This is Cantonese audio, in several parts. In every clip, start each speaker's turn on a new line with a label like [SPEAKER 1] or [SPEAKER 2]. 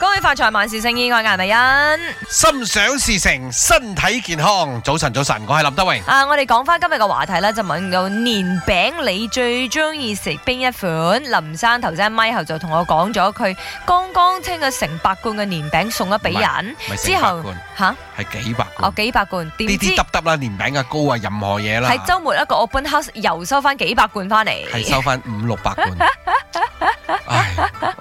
[SPEAKER 1] 恭喜發財，萬事勝意，我係顏美欣。
[SPEAKER 2] 心想事成，身體健康。早晨，早晨，我係林德榮。
[SPEAKER 1] 啊，我哋講翻今日嘅話題咧，就問到年餅你最中意食邊一款？林生頭先咪後就同我講咗，佢剛剛清咗成百罐嘅年餅送咗俾人，
[SPEAKER 2] 咪
[SPEAKER 1] 之
[SPEAKER 2] 成百
[SPEAKER 1] 後
[SPEAKER 2] 罐，
[SPEAKER 1] 吓
[SPEAKER 2] 係幾百
[SPEAKER 1] 哦
[SPEAKER 2] 罐。
[SPEAKER 1] 幾百罐，點
[SPEAKER 2] 呢
[SPEAKER 1] 知
[SPEAKER 2] 嗯啲耷耷啦，年餅啊糕啊，任何嘢啦，
[SPEAKER 1] 喺週末一個 open house 又收翻幾百罐翻嚟，
[SPEAKER 2] 係收翻五六 百罐。唉，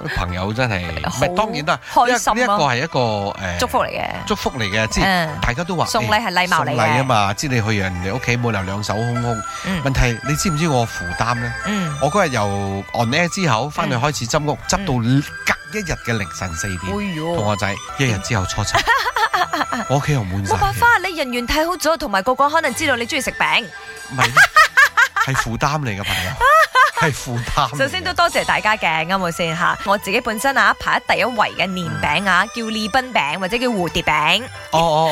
[SPEAKER 2] 啲朋友真係，唔
[SPEAKER 1] 好
[SPEAKER 2] 係當然啦，
[SPEAKER 1] 開
[SPEAKER 2] 呢一
[SPEAKER 1] 心啊
[SPEAKER 2] 呢一個係一個誒
[SPEAKER 1] 祝福嚟嘅。
[SPEAKER 2] 祝福嚟嘅，即係
[SPEAKER 1] 嗯
[SPEAKER 2] 大家都話
[SPEAKER 1] 送禮係禮貌嚟
[SPEAKER 2] 送禮啊
[SPEAKER 1] 嘅，
[SPEAKER 2] 嘛，知你去人哋屋企冇理由兩手空空。
[SPEAKER 1] 嗯
[SPEAKER 2] 問題你知唔知我負擔呢？
[SPEAKER 1] 嗯，
[SPEAKER 2] 我嗰日由 on air 之後翻去
[SPEAKER 1] 嗯
[SPEAKER 2] 開始執屋，執到隔一日嘅凌晨四點。
[SPEAKER 1] 哎
[SPEAKER 2] 同
[SPEAKER 1] 呦，
[SPEAKER 2] 我仔一日之後初 七，我屋企又滿晒
[SPEAKER 1] 冇辦
[SPEAKER 2] 嘅，
[SPEAKER 1] 法，你人緣太好咗，同埋個個可能知道你中意食餅，
[SPEAKER 2] 唔係 係負擔嚟嘅朋 友，係負擔嚟嘅。
[SPEAKER 1] 首先都多謝大家嘅，啱冇先吓。我自己本身啊排喺第一位嘅年
[SPEAKER 2] 嗯
[SPEAKER 1] 餅啊，叫利賓餅或者叫蝴蝶餅，
[SPEAKER 2] 哦哦哦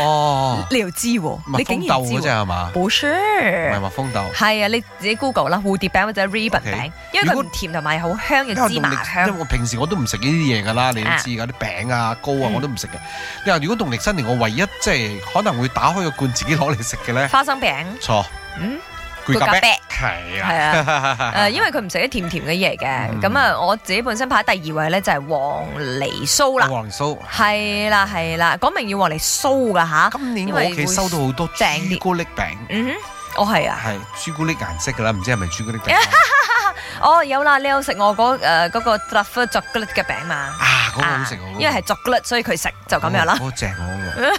[SPEAKER 2] 哦，
[SPEAKER 1] 你又知喎，
[SPEAKER 2] 蜜
[SPEAKER 1] 你竟
[SPEAKER 2] 蜂
[SPEAKER 1] 然
[SPEAKER 2] 豆
[SPEAKER 1] 知
[SPEAKER 2] 嗰只
[SPEAKER 1] 喎？
[SPEAKER 2] 係嘛？
[SPEAKER 1] 冇
[SPEAKER 2] 唔係
[SPEAKER 1] sure，
[SPEAKER 2] 蜜蜂豆，
[SPEAKER 1] 係啊，你自己 Google 啦，蝴蝶餅或者 ribbon 餅
[SPEAKER 2] OK，
[SPEAKER 1] 因為
[SPEAKER 2] 如
[SPEAKER 1] 佢
[SPEAKER 2] 果
[SPEAKER 1] 唔甜同埋好香
[SPEAKER 2] 因為
[SPEAKER 1] 嘅芝
[SPEAKER 2] 農
[SPEAKER 1] 麻
[SPEAKER 2] 曆，因
[SPEAKER 1] 香
[SPEAKER 2] 為。我平時我都唔食呢啲嘢㗎啦，你都
[SPEAKER 1] 啊
[SPEAKER 2] 知㗎，啲餅啊、糕啊
[SPEAKER 1] 嗯
[SPEAKER 2] 我都唔食嘅。你話如果農曆新年，我唯一即係可能會打開個罐自己攞嚟食嘅咧，
[SPEAKER 1] 花生餅，
[SPEAKER 2] 錯
[SPEAKER 1] 嗯，
[SPEAKER 2] 攰
[SPEAKER 1] 攰夾
[SPEAKER 2] 夾
[SPEAKER 1] 餅
[SPEAKER 2] 餅，係
[SPEAKER 1] 係
[SPEAKER 2] 啊，
[SPEAKER 1] 啊。誒、因為佢唔食啲甜甜嘅嘢嘅，
[SPEAKER 2] 嗯
[SPEAKER 1] 咁啊、我自己本身排喺第二位咧就係黃梨酥啦，
[SPEAKER 2] 黃酥。
[SPEAKER 1] 係啦係啦，講明要黃梨酥噶吓，
[SPEAKER 2] 今年
[SPEAKER 1] 啊因
[SPEAKER 2] 我
[SPEAKER 1] 為
[SPEAKER 2] 屋企
[SPEAKER 1] 會
[SPEAKER 2] 收到好多
[SPEAKER 1] 正啲
[SPEAKER 2] 朱古力餅，
[SPEAKER 1] 嗯哼，我係啊，
[SPEAKER 2] 係朱古力顏色㗎啦，唔知係咪朱古力 餅啊？
[SPEAKER 1] 哦有啦，你有食我嗰誒嗰個 truffle chocolate 嘅餅嘛？
[SPEAKER 2] 啊，嗰個好
[SPEAKER 1] 啊
[SPEAKER 2] 食喎，嗰
[SPEAKER 1] 因
[SPEAKER 2] 個
[SPEAKER 1] 為係 chocolate，所以佢食就咁樣啦。
[SPEAKER 2] 嗰個正我嗰個嗯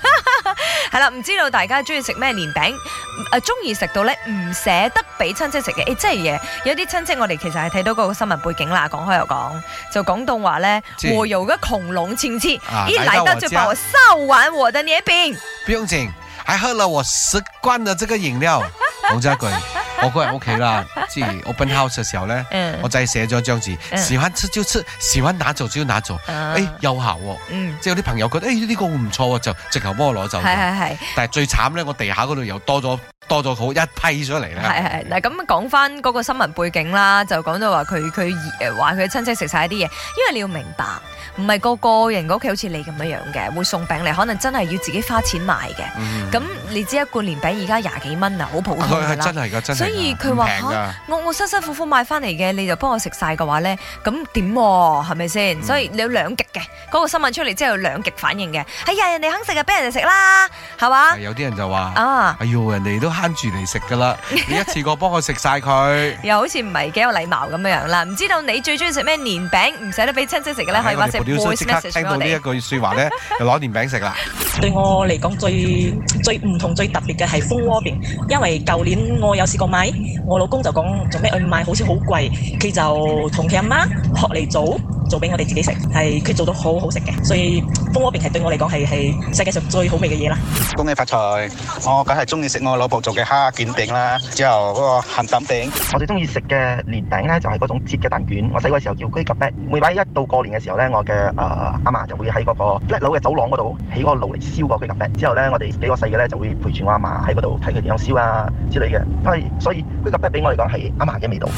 [SPEAKER 1] 係啦，唔知道大家中意食咩年餅？誒，中意食到咧唔捨得俾親戚食嘅，誒、真係嘢。有啲親戚我哋其實係睇到個新聞背景啦，講開又講，就講到話咧，
[SPEAKER 2] 即係
[SPEAKER 1] 我有一個恐龍親戚，
[SPEAKER 2] 啊
[SPEAKER 1] 一
[SPEAKER 2] 來
[SPEAKER 1] 來
[SPEAKER 2] 到
[SPEAKER 1] 到
[SPEAKER 2] 我
[SPEAKER 1] 就
[SPEAKER 2] 家
[SPEAKER 1] 把我燒完我的年餅。
[SPEAKER 2] 不用緊，還喝了我十罐的這個飲料。 講真一句，我嗰日屋企啦，即係 open house 嘅時候咧，
[SPEAKER 1] 嗯
[SPEAKER 2] 我仔寫咗張字，
[SPEAKER 1] 嗯
[SPEAKER 2] 喜歡吃就吃，喜歡拿走就拿走。
[SPEAKER 1] 啊
[SPEAKER 2] 誒，有效喎，
[SPEAKER 1] 嗯，
[SPEAKER 2] 即係有啲朋友覺得誒呢個唔錯喎，就直頭幫我攞走
[SPEAKER 1] 係。係係。
[SPEAKER 2] 但係最慘咧，我地下嗰度又多咗多咗好一批出嚟
[SPEAKER 1] 係
[SPEAKER 2] 啦。
[SPEAKER 1] 係嗱，咁講翻嗰個新聞背景啦，就講到話佢佢誒話佢親戚食晒啲嘢，因為你要明白，唔係個個人嘅屋企好似你咁樣樣嘅，會送餅嚟，可能真係要自己花錢買嘅。
[SPEAKER 2] 嗯
[SPEAKER 1] 咁你知一罐年餅而家廿幾蚊啊，好普通
[SPEAKER 2] 佢
[SPEAKER 1] 㗎
[SPEAKER 2] 係真
[SPEAKER 1] 啦。
[SPEAKER 2] 係㗎，真係
[SPEAKER 1] 所
[SPEAKER 2] 㗎。
[SPEAKER 1] 以佢話啊
[SPEAKER 2] 唔平㗎
[SPEAKER 1] 我我辛辛苦苦買翻嚟嘅，你就幫我食晒嘅話呢，咁點喎？係咪
[SPEAKER 2] 嗯
[SPEAKER 1] 先？所以你有兩極嘅，嗰、個新聞出嚟之後有兩極反應嘅。哎呀，人哋肯食就俾人哋食啦，係嘛
[SPEAKER 2] 係？有啲人就話。
[SPEAKER 1] 啊！
[SPEAKER 2] 哎呦，人哋都慳住嚟食 噶啦，你一次過幫我食晒佢。
[SPEAKER 1] 又好似唔係幾有禮貌咁樣樣啦，唔知道你最中意食咩年餅，唔捨得俾親戚食嘅咧，可以話成
[SPEAKER 2] producer
[SPEAKER 1] voice
[SPEAKER 2] 即刻
[SPEAKER 1] message 俾
[SPEAKER 2] 聽到
[SPEAKER 1] 我
[SPEAKER 2] 呢一
[SPEAKER 1] 哋。
[SPEAKER 2] 句説 話咧，就攞年餅食啦。
[SPEAKER 3] 對我嚟講最最唔同最特別嘅係蜂窩餅，因為舊年我有試過買，我老公就講做咩去買好似好貴，佢就同佢阿媽學嚟做，做俾我哋自己食，係佢做到好好食嘅，所以蜂窩餅係對我嚟講係係世界上最好味嘅嘢啦。
[SPEAKER 4] 恭喜發財！我梗係中意食我老婆做嘅蝦卷餅啦，之後嗰個鹹蛋餅。
[SPEAKER 5] 我最中意食嘅年餅咧，就係嗰種折嘅蛋卷。我細個時候叫居夾餅。每擺一到過年嘅時候咧，我嘅誒阿嫲就會喺嗰個叻佬嘅走廊嗰度起個爐嚟燒個居夾餅。之後咧，我哋幾個細嘅咧就會陪住我阿嫲喺嗰度睇佢點樣燒啊之類嘅。因為所以居夾餅俾我嚟講係阿嫲嘅味道。